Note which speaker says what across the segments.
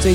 Speaker 1: 最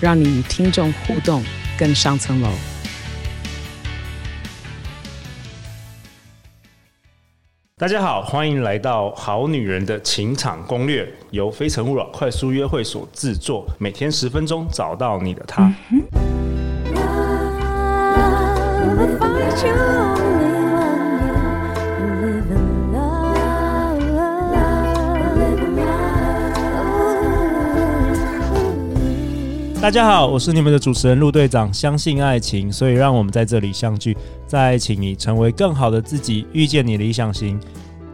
Speaker 1: 让你与听众互动更上层楼。
Speaker 2: 大家好，欢迎来到《好女人的情场攻略》，由《非诚勿扰》快速约会所制作，每天十分钟，找到你的他。
Speaker 3: Love, I find you only when you live in love. Live in love.
Speaker 2: 大家好，我是你们的主持人陆队长。相信爱情，所以让我们在这里相聚，在爱情里成为更好的自己，遇见你理想型。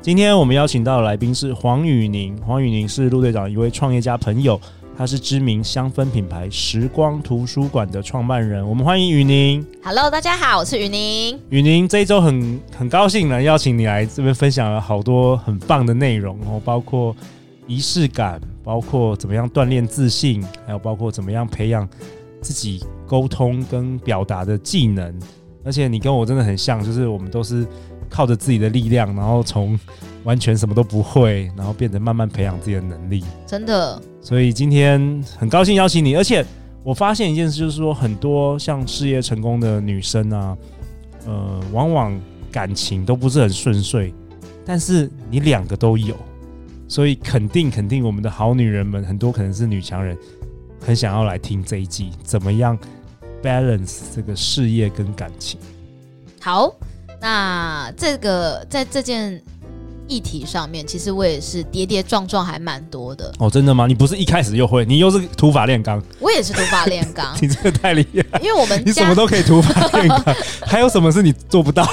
Speaker 2: 今天我们邀请到的来宾是黄宇宁，黄宇宁是陆队长一位创业家朋友，他是知名香氛品牌时光图书馆的创办人。我们欢迎宇宁。
Speaker 4: Hello，大家好，我是雨宁。
Speaker 2: 雨宁这一周很很高兴能邀请你来这边分享了好多很棒的内容哦，包括仪式感，包括怎么样锻炼自信，还有包括怎么样培养自己沟通跟表达的技能。而且你跟我真的很像，就是我们都是靠着自己的力量，然后从完全什么都不会，然后变得慢慢培养自己的能力。
Speaker 4: 真的，
Speaker 2: 所以今天很高兴邀请你，而且我发现一件事，就是说很多像事业成功的女生啊，呃，往往感情都不是很顺遂，但是你两个都有，所以肯定肯定我们的好女人们很多可能是女强人，很想要来听这一季怎么样 balance 这个事业跟感情。
Speaker 4: 好，那这个在这件议题上面，其实我也是跌跌撞撞还蛮多的，
Speaker 2: 哦，真的吗？你不是一开始就会，你又是土法炼钢，，
Speaker 4: 我也是土法炼钢
Speaker 2: 你这个太厉害，
Speaker 4: 因为我们
Speaker 2: 你什么
Speaker 4: 家
Speaker 2: 都可以土法炼钢，还有什么是你做不到？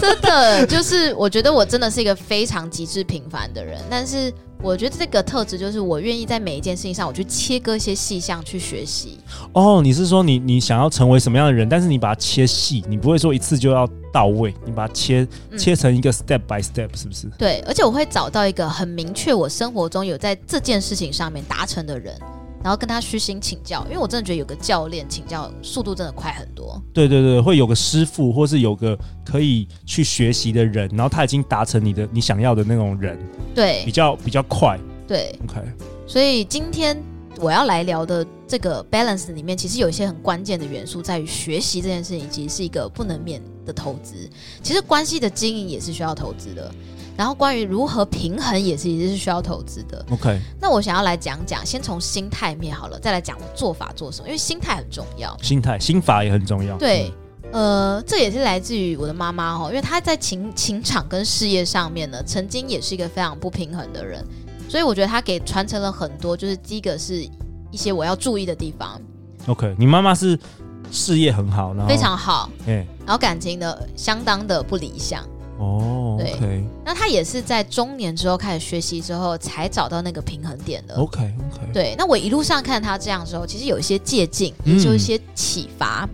Speaker 4: 真的就是，我觉得我真的是一个非常极致平凡的人，但是我觉得这个特质就是我愿意在每一件事情上，我去切割一些细项去学习。
Speaker 2: 哦，你是说你你想要成为什么样的人，但是你把它切细，你不会说一次就要到位，你把它切、
Speaker 4: 嗯
Speaker 2: 切成一个 step by step，是不是？
Speaker 4: 对，而且我会找到一个很明确我生活中有在这件事情上面达成的人，然后跟他虚心请教，因为我真的觉得有个教练请教速度真的快很多。
Speaker 2: 对对对，会有个师傅，或是有个可以去学习的人，然后他已经达成你的你想要的那种人，比
Speaker 4: 对
Speaker 2: 较比较快。
Speaker 4: 对，
Speaker 2: OK，
Speaker 4: 所以今天我要来聊的这个 balance 里面，其实有一些很关键的元素在于学习这件事情，其实是一个不能免的投资。其实关系的经营也是需要投资的，然后关于如何平衡也是也是需要投资的。
Speaker 2: OK，
Speaker 4: 那我想要来讲讲，先从心态面好了，再来讲我做法做什么，因为心态很重要。
Speaker 2: 心态、心法也很重要。
Speaker 4: 对
Speaker 2: 嗯，
Speaker 4: 呃，这也是来自于我的妈妈哦，因为她在情情场跟事业上面呢，曾经也是一个非常不平衡的人，所以我觉得她给传承了很多，就是第一个是一些我要注意的地方，
Speaker 2: 嗯 OK，你妈妈是事业很好，然后
Speaker 4: 非常好，
Speaker 2: 哎、
Speaker 4: 然后感情的相当的不理想。
Speaker 2: 哦
Speaker 4: 对
Speaker 2: ，OK
Speaker 4: 那她也是在中年之后开始学习之后，才找到那个平衡点的。
Speaker 2: OK OK，
Speaker 4: 对，那我一路上看他这样的时候，其实有一些借鉴，
Speaker 2: 嗯
Speaker 4: 也是有一些启发。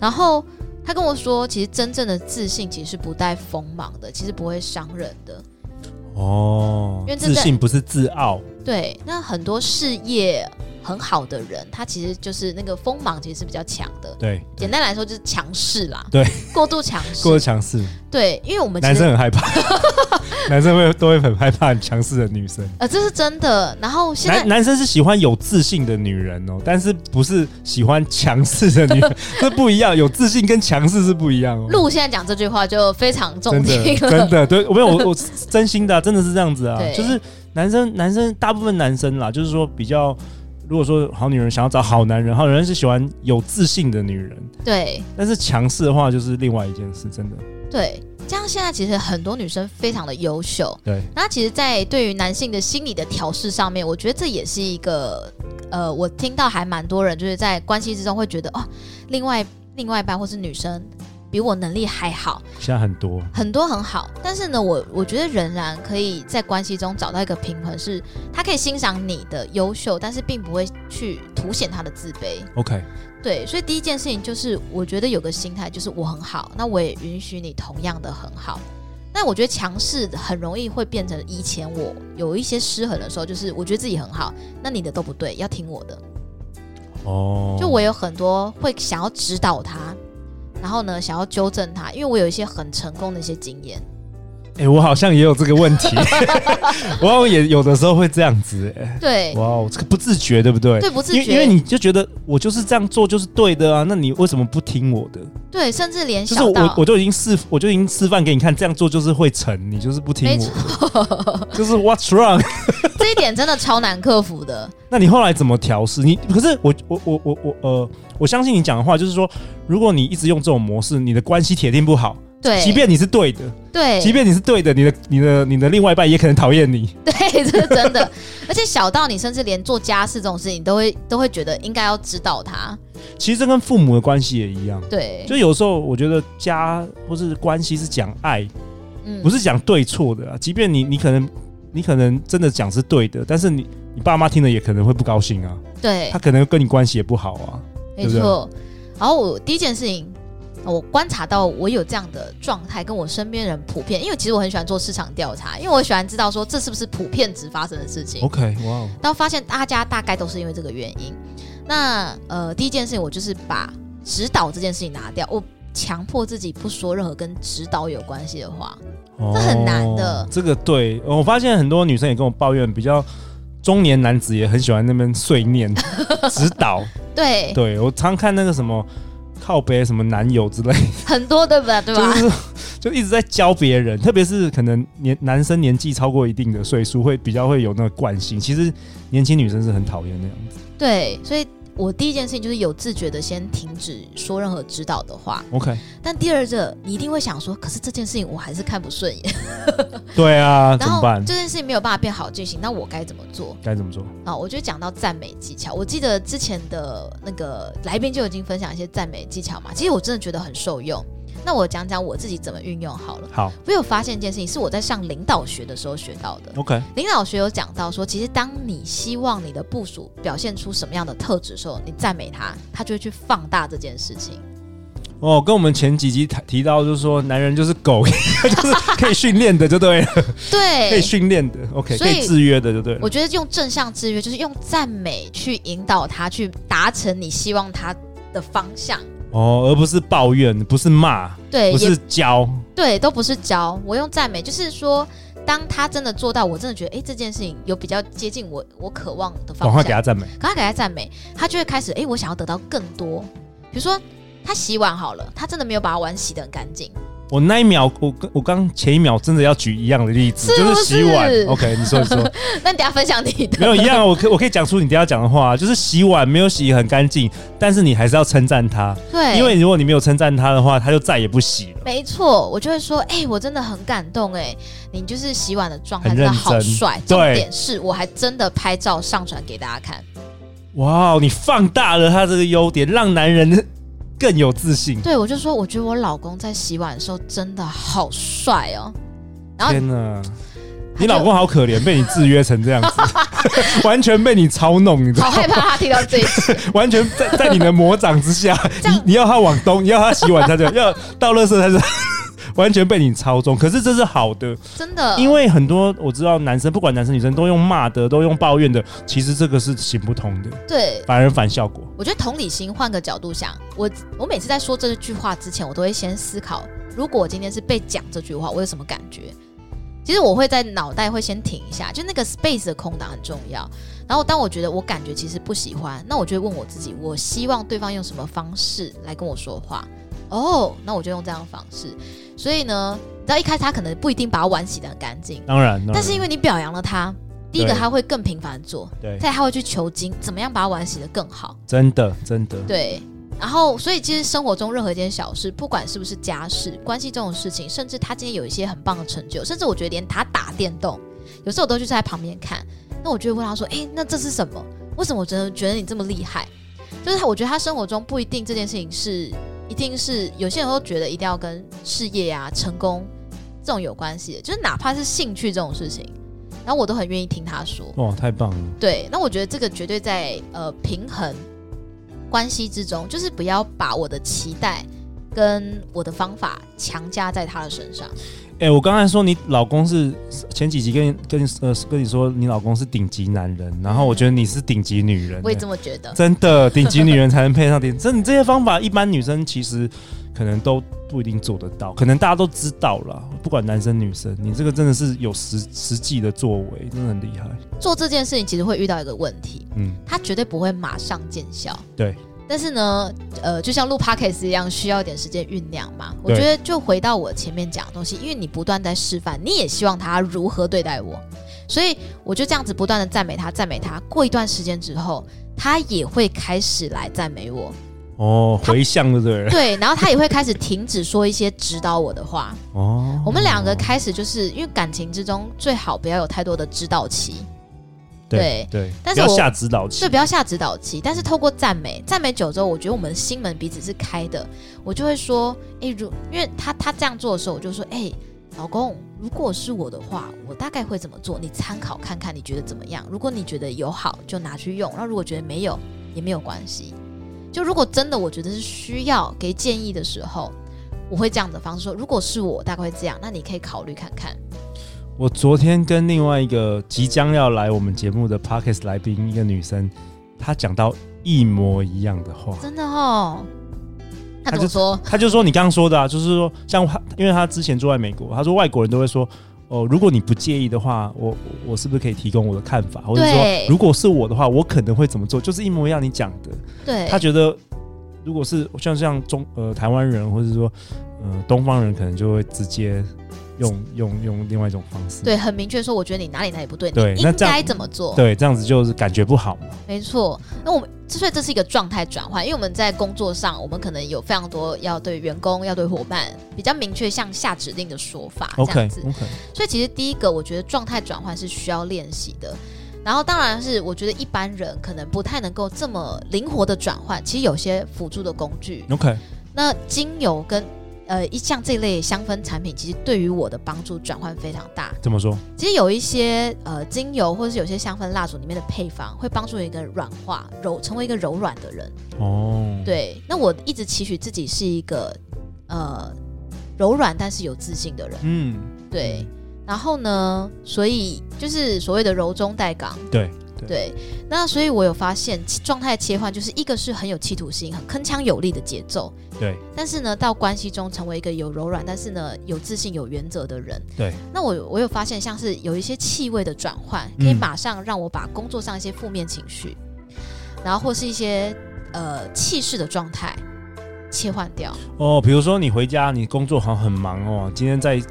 Speaker 4: 然后他跟我说，其实真正的自信其实是不带锋芒的，其实不会伤人的。
Speaker 2: 哦
Speaker 4: 因，为这
Speaker 2: 自
Speaker 4: 在
Speaker 2: 信不是自傲。
Speaker 4: 对，那很多事业很好的人，他其实就是那个锋芒其实是比较强的。
Speaker 2: 对，
Speaker 4: 简单来说就是强势啦，
Speaker 2: 对，
Speaker 4: 过度强
Speaker 2: 过
Speaker 4: 势
Speaker 2: 度，强势。
Speaker 4: 对，因为我们其
Speaker 2: 男
Speaker 4: 实
Speaker 2: 生很害怕， 男生会都会很害怕很强势的女生。
Speaker 4: 呃这是真的。然后现在
Speaker 2: 男男生是喜欢有自信的女人哦，但是不是喜欢强势的女 人，这不一样。有自信跟强势是不一样哦。
Speaker 4: 陆现在讲这句话就非常中
Speaker 2: 真
Speaker 4: 听
Speaker 2: 的
Speaker 4: 了，
Speaker 2: 真的对，我没有我我真心的啊、真的是这样子啊，
Speaker 4: 对
Speaker 2: 就是男生男生大部分男生啦，就是说比较，如果说好女人想要找好男人，好男人是喜欢有自信的女人，
Speaker 4: 对。
Speaker 2: 但是强势的话就是另外一件事，真的
Speaker 4: 对，这样现在其实很多女生非常的优秀。
Speaker 2: 对，
Speaker 4: 那其实，在对于男性的心理的调试上面，我觉得这也是一个，呃，我听到还蛮多人就是在关系之中会觉得，哦，另外另外一半或是女生比我能力还好，
Speaker 2: 现在很多，
Speaker 4: 很多很好，但是呢，我我觉得仍然可以在关系中找到一个平衡，是他可以欣赏你的优秀，但是并不会去凸显他的自卑。
Speaker 2: OK，
Speaker 4: 对，所以第一件事情就是，我觉得有个心态就是我很好，那我也允许你同样的很好。但我觉得强势很容易会变成以前我有一些失衡的时候，就是我觉得自己很好，那你的都不对，要听我的。
Speaker 2: 哦，
Speaker 4: 就我有很多会想要指导他，然后呢想要纠正他，因为我有一些很成功的一些经验。
Speaker 2: 哎、我好像也有这个 问题，我好像也有的时候会这样子、哎
Speaker 4: 对，
Speaker 2: 哇哦，这个不自觉，对不对？
Speaker 4: 对不自
Speaker 2: 因为因为
Speaker 4: 觉，
Speaker 2: 你就觉得我就是这样做就是对的啊，那你为什么不听我的？
Speaker 4: 对，甚至连
Speaker 2: 就是
Speaker 4: 小
Speaker 2: 我
Speaker 4: 到
Speaker 2: 我就已经示我就已经示范给你看，这样做就是会成，你就是不听
Speaker 4: 没
Speaker 2: 我，
Speaker 4: 错，
Speaker 2: 就是 What's wrong？
Speaker 4: 这一点真的超难克服的。
Speaker 2: 那你后来怎么调试？你可是我我我我我呃，我相信你讲的话就是说，如果你一直用这种模式，你的关系铁定不好。
Speaker 4: 对，
Speaker 2: 即便你是对的，
Speaker 4: 对，
Speaker 2: 即便你是对的，你的你的你的另外一半也可能讨厌你。
Speaker 4: 对，这是真的。而且小到你甚至连做家事这种事情，都会都会觉得应该要指导他。
Speaker 2: 其实这跟父母的关系也一样，
Speaker 4: 对，
Speaker 2: 就有时候我觉得家或是关系是讲爱，
Speaker 4: 嗯
Speaker 2: 不是讲对错的啊。即便你你可能你可能真的讲是对的，但是你你爸妈听了也可能会不高兴啊，
Speaker 4: 对
Speaker 2: 他，可能跟你关系也不好啊。
Speaker 4: 没
Speaker 2: 对不对
Speaker 4: 错。然后我第一件事情。我观察到我有这样的状态，跟我身边人普遍，因为其实我很喜欢做市场调查，因为我喜欢知道说这是不是普遍值发生的事情。
Speaker 2: OK，哇、哦，
Speaker 4: 然后发现大家大概都是因为这个原因。那呃，第一件事情我就是把指导这件事情拿掉，我强迫自己不说任何跟指导有关系的话。这很难的
Speaker 2: 这个对，呃我发现很多女生也跟我抱怨，比较中年男子也很喜欢那边碎 念指导。
Speaker 4: 对，
Speaker 2: 对我常看那个什么靠北什么男友之类，
Speaker 4: 很多对吧？对
Speaker 2: 就
Speaker 4: 吧？
Speaker 2: 是 就一直在教别人，特别是可能年男生年纪超过一定的岁数，会比较会有那个惯性。其实年轻女生是很讨厌那样子。
Speaker 4: 对，所以我第一件事情就是有自觉的先停止说任何指导的话。
Speaker 2: OK，
Speaker 4: 但第二个，你一定会想说，可是这件事情我还是看不顺眼，
Speaker 2: 对啊，怎
Speaker 4: 然
Speaker 2: 么
Speaker 4: 后
Speaker 2: 办？
Speaker 4: 这件事情没有办法变好进行，那我该怎么做？
Speaker 2: 该怎么做？
Speaker 4: 啊，我就讲到赞美技巧。我记得之前的那个来宾就已经分享一些赞美技巧嘛，其实我真的觉得很受用。那我讲讲我自己怎么运用好了。
Speaker 2: 好
Speaker 4: 我有发现一件事情，是我在上领导学的时候学到的。
Speaker 2: ，OK，
Speaker 4: 领导学有讲到说，其实当你希望你的部署表现出什么样的特质的时候，你赞美他，他就会去放大这件事情。
Speaker 2: 哦，跟我们前几集提提到，就是说男人就是狗， 就是可以训练的，就对了，可以
Speaker 4: 对，
Speaker 2: 训练的，OK，
Speaker 4: 所
Speaker 2: 可
Speaker 4: 以
Speaker 2: 以制约的，就对了
Speaker 4: 我。觉得用正向制约，就是用赞美去引导他去达成你希望他的方向。
Speaker 2: 哦，而不是抱怨，不是骂，
Speaker 4: 对，
Speaker 2: 不
Speaker 4: 也
Speaker 2: 是教。
Speaker 4: 对，都不是教，我用赞美，就是说，当他真的做到，我真的觉得，哎，这件事情有比较接近我我渴望的
Speaker 2: 赶
Speaker 4: 方
Speaker 2: 快
Speaker 4: 向，
Speaker 2: 给他赞美。
Speaker 4: 赶快给他赞美，他就会开始，哎，我想要得到更多，比如说。他洗碗好了，他真的没有把碗洗得很干净，
Speaker 2: 我那一秒，我跟我刚前一秒真的要举一样的例子，
Speaker 4: 是不
Speaker 2: 就是洗碗。OK，你说你说，
Speaker 4: 那你等一下分享你的。
Speaker 2: 没有一样啊，我可我可以讲出你等一下讲的话，就是洗碗没有洗很干净，但是你还是要称赞他，
Speaker 4: 对，
Speaker 2: 因为如果你没有称赞他的话，他就再也不洗了。
Speaker 4: 没错，我就会说，哎、我真的很感动、哎，你就是洗碗的状态
Speaker 2: 很
Speaker 4: 真的
Speaker 2: 认
Speaker 4: 好
Speaker 2: 真
Speaker 4: 帅。
Speaker 2: 对
Speaker 4: 重点是，我还真的拍照上传给大家看。
Speaker 2: 哇，你放大了他这个优点，让男人更有自信。
Speaker 4: 对，我就说，我觉得我老公在洗碗的时候真的好帅哦。然后
Speaker 2: 天哪！
Speaker 4: 他
Speaker 2: 你
Speaker 4: 就
Speaker 2: 老公好可怜，被你制约成这样子， 完全被你操弄，你知道
Speaker 4: 好
Speaker 2: 吗？
Speaker 4: 害怕他听到这 一集，
Speaker 2: 完全在在你的魔掌之下，
Speaker 4: 这样
Speaker 2: 你你要他往东，你要他洗碗，他就要到垃圾，他就 完全被你操纵。可是这是好的，
Speaker 4: 真的，
Speaker 2: 因为很多我知道男生，不管男生女生，都用骂的，都用抱怨的，其实这个是行不通的，
Speaker 4: 对
Speaker 2: 反而反效果。
Speaker 4: 我觉得同理心换个角度想，我我每次在说这句话之前，我都会先思考，如果我今天是被讲这句话，我有什么感觉？其实我会在脑袋会先停一下，就那个 space 的空档很重要。然后当我觉得我感觉其实不喜欢，那我就会问我自己，我希望对方用什么方式来跟我说话？哦，那我就用这样的方式。所以呢，你知道一开始他可能不一定把碗洗得很干净，
Speaker 2: 当然，
Speaker 4: 但是因
Speaker 2: 为
Speaker 4: 为你表扬了他，第一个
Speaker 2: 对
Speaker 4: 他会更频繁地做，
Speaker 2: 对，
Speaker 4: 再来他会去求精，怎么样把碗洗得更好。
Speaker 2: 真的真的，
Speaker 4: 对，然后所以其实生活中任何一件小事，不管是不是家事、关系这种事情，甚至他今天有一些很棒的成就，甚至我觉得连他打电动，有时候我都去在旁边看，那我就会问他说：“诶，那这是什么？为什么我真的觉得你这么厉害？”就是他我觉得他生活中不一定这件事情是。一定是有些人都觉得一定要跟事业啊、成功这种有关系的，就是哪怕是兴趣这种事情，然后我都很愿意听他说。
Speaker 2: 哇，太棒了！
Speaker 4: 对，那我觉得这个绝对在呃平衡关系之中，就是不要把我的期待跟我的方法强加在他的身上。
Speaker 2: 哎、我刚才说你老公是前几集跟你跟你呃跟你说你老公是顶级男人，然后我觉得你是顶级女人、
Speaker 4: 我也
Speaker 2: 哎
Speaker 4: 这么觉得。
Speaker 2: 真的，顶级女人才能配上顶。这你这些方法，一般女生其实可能都不一定做得到，可能大家都知道了。不管男生女生，你这个真的是有实实际的作为，真的很厉害。
Speaker 4: 做这件事情其实会遇到一个问题，
Speaker 2: 嗯，
Speaker 4: 它绝对不会马上见效。
Speaker 2: 对。
Speaker 4: 但是呢，呃，就像录 podcast 一样，需要一点时间酝酿嘛。我
Speaker 2: 对
Speaker 4: 觉得就回到我前面讲的东西，因为你不断在示范，你也希望他如何对待我，所以我就这样子不断的赞美他，赞美他。过一段时间之后，他也会开始来赞 美我，
Speaker 2: 哦，
Speaker 4: 他
Speaker 2: 回向就对了。
Speaker 4: 对，然后他也会开始停止说一些指导我的话。
Speaker 2: 哦，
Speaker 4: 我们两个开始就是因为感情之中最好不要有太多的指导期，
Speaker 2: 对对，
Speaker 4: 但
Speaker 2: 不
Speaker 4: 是
Speaker 2: 要
Speaker 4: 我
Speaker 2: 下指导棋
Speaker 4: 所以。不要下指导期，但是透过赞美，赞美久之后，我觉得我们的心门彼此是开的，我就会说，诶，如因为他他这样做的时候，我就说，诶，老公，如果是我的话，我大概会怎么做？你参考看看，你觉得怎么样？如果你觉得有好，就拿去用；那如果觉得没有，也没有关系。就如果真的我觉得是需要给建议的时候，我会这样的方式说，如果是我，大概会这样，那你可以考虑看看。
Speaker 2: 我昨天跟另外一个即将要来我们节目的 Parkes 来宾，一个女生，她讲到一模一样的话。
Speaker 4: 真的哦，
Speaker 2: 他
Speaker 4: 他怎
Speaker 2: 就
Speaker 4: 么说？
Speaker 2: 他就说你刚刚说的啊，就是说像他，因为他之前住在美国，他说外国人都会说，哦，如果你不介意的话，我我我是不是可以提供我的看法，或者说
Speaker 4: 对
Speaker 2: 如果是我的话，我可能会怎么做，就是一模一样你讲的。
Speaker 4: 对，
Speaker 2: 他觉得如果是像像中呃台湾人，或者说呃东方人，可能就会直接用用用另外一种方式，
Speaker 4: 对，很明确说，我觉得你哪里哪里不对，
Speaker 2: 对
Speaker 4: 你
Speaker 2: 那
Speaker 4: 应
Speaker 2: 这样
Speaker 4: 该怎么做？
Speaker 2: 对，这样子就是感觉不好嘛。
Speaker 4: 没错。那我们之所以这是一个状态转换，因为我们在工作上，我们可能有非常多要对员工、要对伙伴比较明确向下指令的说法，啊这
Speaker 2: OK
Speaker 4: 样子。
Speaker 2: OK，
Speaker 4: 所以其实第一个，我觉得状态转换是需要练习的。然后当然是，我觉得一般人可能不太能够这么灵活的转换，其实有些辅助的工具，
Speaker 2: OK，
Speaker 4: 那精油跟呃一像这类香氛产品，其实对于我的帮助转换非常大。
Speaker 2: 这么说
Speaker 4: 其实有一些呃精油或是有些香氛蜡烛里面的配方，会帮助一个软化柔，成为一个柔软的人。
Speaker 2: 哦，
Speaker 4: 对，那我一直期许自己是一个呃柔软但是有自信的人。
Speaker 2: 嗯，
Speaker 4: 对，然后呢，所以就是所谓的柔中带刚。
Speaker 2: 对
Speaker 4: 对，那所以我有发现其状态切换，就是一个是很有企图心、很铿锵有力的节奏，
Speaker 2: 对
Speaker 4: 但是呢，到关系中成为一个有柔软，但是呢有自信、有原则的人。
Speaker 2: 对，
Speaker 4: 那我我有发现，像是有一些气味的转换，可以
Speaker 2: 嗯
Speaker 4: 马上让我把工作上一些负面情绪，然后或是一些呃气势的状态切换掉。
Speaker 2: 哦，比如说你回家，你工作好像很忙哦，今天在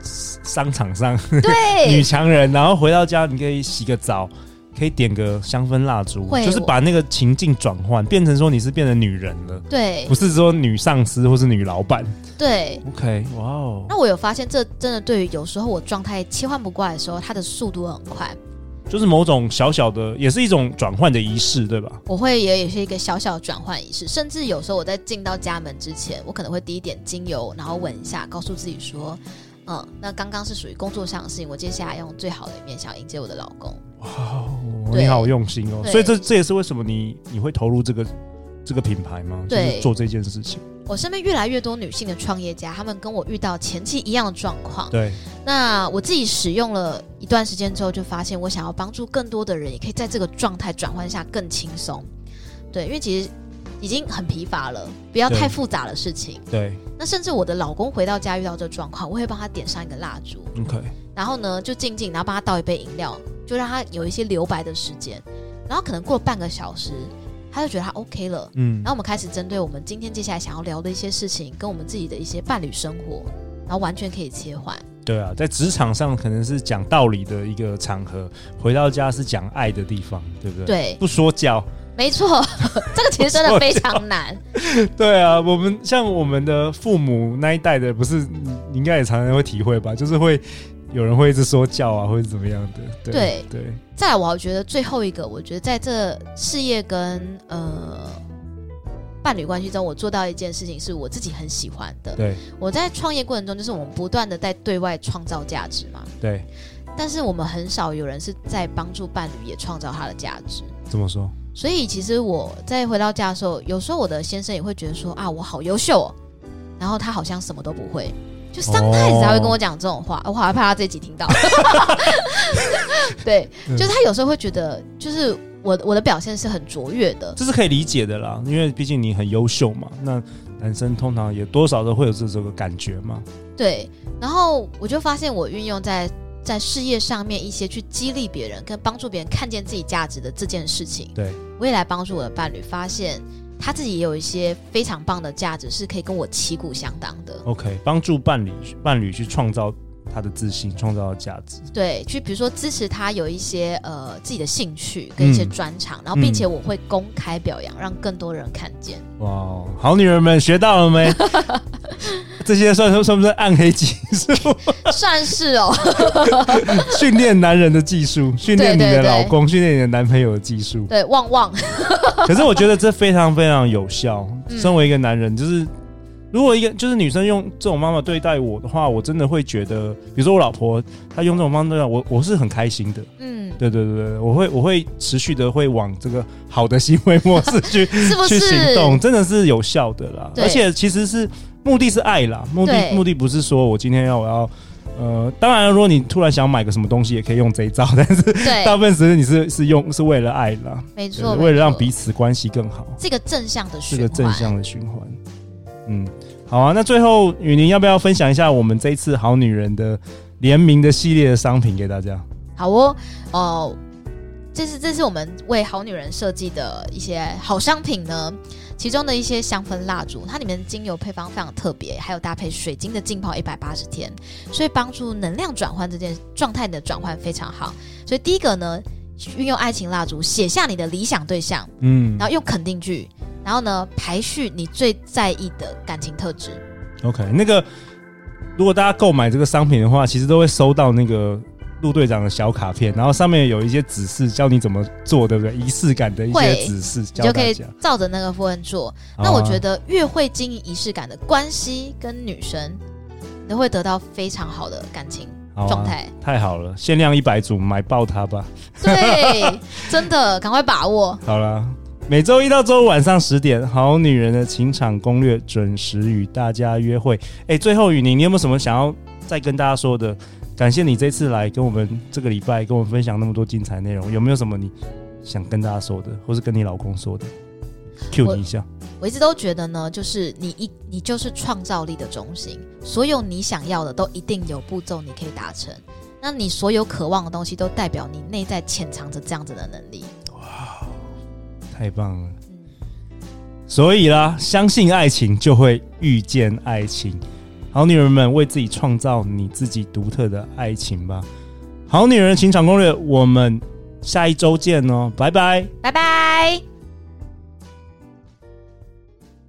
Speaker 2: 商场上 女
Speaker 4: 对，
Speaker 2: 强人，然后回到家你可以洗个澡，可以点个香氛蜡烛，
Speaker 4: 会
Speaker 2: 就是
Speaker 4: 我
Speaker 2: 把那个情境转换，变成说你是变成女人了，
Speaker 4: 对
Speaker 2: 不，是说女上司或是女老板。
Speaker 4: 对。
Speaker 2: OK，哇哦
Speaker 4: 那，我有发现，这真的对于有时候我状态切换不过来的时候，它的速度很快。
Speaker 2: 就是某种小小的，也是一种转换的仪式，对吧？
Speaker 4: 我会也也是一个小小的转换仪式，甚至有时候我在进到家门之前，我可能会滴一点精油，然后闻一下，告诉自己说，嗯，那刚刚是属于工作上的事情，我接下来要用最好的一面想要迎接我的老公。
Speaker 2: 哇哦，
Speaker 4: 对
Speaker 2: 你好用心哦，
Speaker 4: 对
Speaker 2: 所以这这也是为什么你你会投入这个这个品牌吗？就是
Speaker 4: 对
Speaker 2: 做这件事情，
Speaker 4: 我身边越来越多女性的创业家，她们跟我遇到前期一样的状况。
Speaker 2: 对，
Speaker 4: 那我自己使用了一段时间之后，就发现我想要帮助更多的人，也可以在这个状态转换下更轻松。对，因为其实已经很疲乏了，不要
Speaker 2: 对
Speaker 4: 太复杂的事情。
Speaker 2: 对
Speaker 4: 那甚至我的老公回到家遇到这状况，我会帮他点上一个蜡烛，
Speaker 2: ，OK，
Speaker 4: 然后呢就静静，然后帮他倒一杯饮料，就让他有一些留白的时间。然后可能过了半个小时，他就觉得他 OK 了。
Speaker 2: 嗯
Speaker 4: 然后我们开始针对我们今天接下来想要聊的一些事情，跟我们自己的一些伴侣生活，然后完全可以切换。
Speaker 2: 对啊，在职场上可能是讲道理的一个场合，回到家是讲爱的地方，对不对？，
Speaker 4: 对，
Speaker 2: 不说教。
Speaker 4: 没错，这个其实真的非常难。
Speaker 2: 对啊，我们像我们的父母那一代的，不是你你应该也常常会体会吧？就是会有人会一直说教啊，或者怎么样的。对
Speaker 4: 对
Speaker 2: 对，
Speaker 4: 再来，我还觉得最后一个，我觉得在这事业跟呃伴侣关系中，我做到一件事情是我自己很喜欢的。
Speaker 2: 对
Speaker 4: 我在创业过程中，就是我们不断的在对外创造价值嘛，
Speaker 2: 对，
Speaker 4: 但是我们很少有人是在帮助伴侣也创造他的价值。
Speaker 2: 怎么说？
Speaker 4: 所以其实我在回到家的时候，有时候我的先生也会觉得说啊，我好优秀、哦，然后他好像什么都不会，就 sometimes
Speaker 2: 哦
Speaker 4: 他会跟我讲这种话，我好害怕他这一集听到。 对，
Speaker 2: 嗯
Speaker 4: 就是他有时候会觉得，就是我我的表现是很卓越的，
Speaker 2: 这是可以理解的啦，因为毕竟你很优秀嘛。那男生通常也多少都会有这种感觉嘛。
Speaker 4: 对，然后我就发现我运用在在事业上面一些去激励别人跟帮助别人看见自己价值的这件事情，
Speaker 2: 对，
Speaker 4: 我也来帮助我的伴侣发现他自己也有一些非常棒的价值是可以跟我旗鼓相当的。
Speaker 2: OK，帮助伴侣伴侣去创造他的自信，创造价值。
Speaker 4: 对，去比如说支持他有一些呃自己的兴趣跟一些
Speaker 2: 嗯
Speaker 4: 专长，然后并且我会公开表扬，让更多人看见。
Speaker 2: 哇哦，好女人们学到了 没？这些算算算不算暗黑技 术？
Speaker 4: 算是哦，
Speaker 2: 训练男人的技术，训练你
Speaker 4: 对
Speaker 2: 的
Speaker 4: 对
Speaker 2: 老公，训练你的男朋友的技术。
Speaker 4: 对，旺旺，
Speaker 2: 可是我觉得这非常非常有效。
Speaker 4: 嗯
Speaker 2: 身为一个男人，就是如果一个就是女生用这种方法对待我的话，我真的会觉得，比如说我老婆她用这种方法对待我，我是很开心的。
Speaker 4: 嗯，
Speaker 2: 对对对对，我会我会持续的会往这个好的行为模式 去
Speaker 4: 是不
Speaker 2: 去行
Speaker 4: 是？
Speaker 2: 动，真的是有效的啦。
Speaker 4: 对
Speaker 2: 而且其实是目的是爱啦，目的
Speaker 4: 对
Speaker 2: 目的不是说我今天要我要。呃，当然，如果你突然想买个什么东西，也可以用这一招，但是大
Speaker 4: 对，
Speaker 2: 部分时间你是是用是为了爱啦，
Speaker 4: 没
Speaker 2: 对
Speaker 4: 错，
Speaker 2: 为了让
Speaker 4: 没错
Speaker 2: 彼此关系更好。
Speaker 4: 这个正向的
Speaker 2: 是
Speaker 4: 循
Speaker 2: 个
Speaker 4: 环，
Speaker 2: 正向的循环。嗯，好啊。那最后，雨宁要不要分享一下我们这一次好女人的联名的系列的商品给大家？
Speaker 4: 好哦，哦、这是这是我们为好女人设计的一些好商品呢，其中的一些香氛蜡烛，它里面的精油配方非常特别，还有搭配水晶的浸泡一百八十天，所以帮助能量转换这件状态的转换非常好。所以第一个呢，运用爱情蜡烛写下你的理想对象，
Speaker 2: 嗯
Speaker 4: 然后用肯定句，然后呢排序你最在意的感情特质。
Speaker 2: ，OK，那个如果大家购买这个商品的话，其实都会收到那个。陆队长的小卡片，然后上面有一些指示，教你怎么做，对不对？仪式感的一些
Speaker 4: 会
Speaker 2: 指示，
Speaker 4: 你
Speaker 2: 教
Speaker 4: 就
Speaker 2: 大
Speaker 4: 可以
Speaker 2: 家。
Speaker 4: 照着那个符文做，
Speaker 2: 好
Speaker 4: 那
Speaker 2: 啊
Speaker 4: 我觉得越会经营仪式感的关系跟女生，你都会得到非常好的感情
Speaker 2: 好啊
Speaker 4: 状态。
Speaker 2: 太好了，限量一百组，买爆它吧！
Speaker 4: 对，真的，赶快把握。
Speaker 2: 好啦，每周一到周五晚上十点，《好女人的情场攻略》准时与大家约会。哎、最后雨宁，你有没有什么想要再跟大家说的？感谢你这次来跟我们这个礼拜跟我们分享那么多精彩内容，有没有什么你想跟大家说的，或是跟你老公说的？Q
Speaker 4: 我
Speaker 2: 你一下，
Speaker 4: 我一直都觉得呢，就是你一你就是创造力的中心，所有你想要的都一定有步骤你可以达成。那你所有渴望的东西，都代表你内在潜藏着这样子的能力。
Speaker 2: 太棒了！
Speaker 4: 嗯，
Speaker 2: 所以啦，相信爱情就会遇见爱情。好女人们，为自己创造你自己独特的爱情吧。好女人情场攻略，我们下一周见哦，拜拜。
Speaker 4: 拜拜。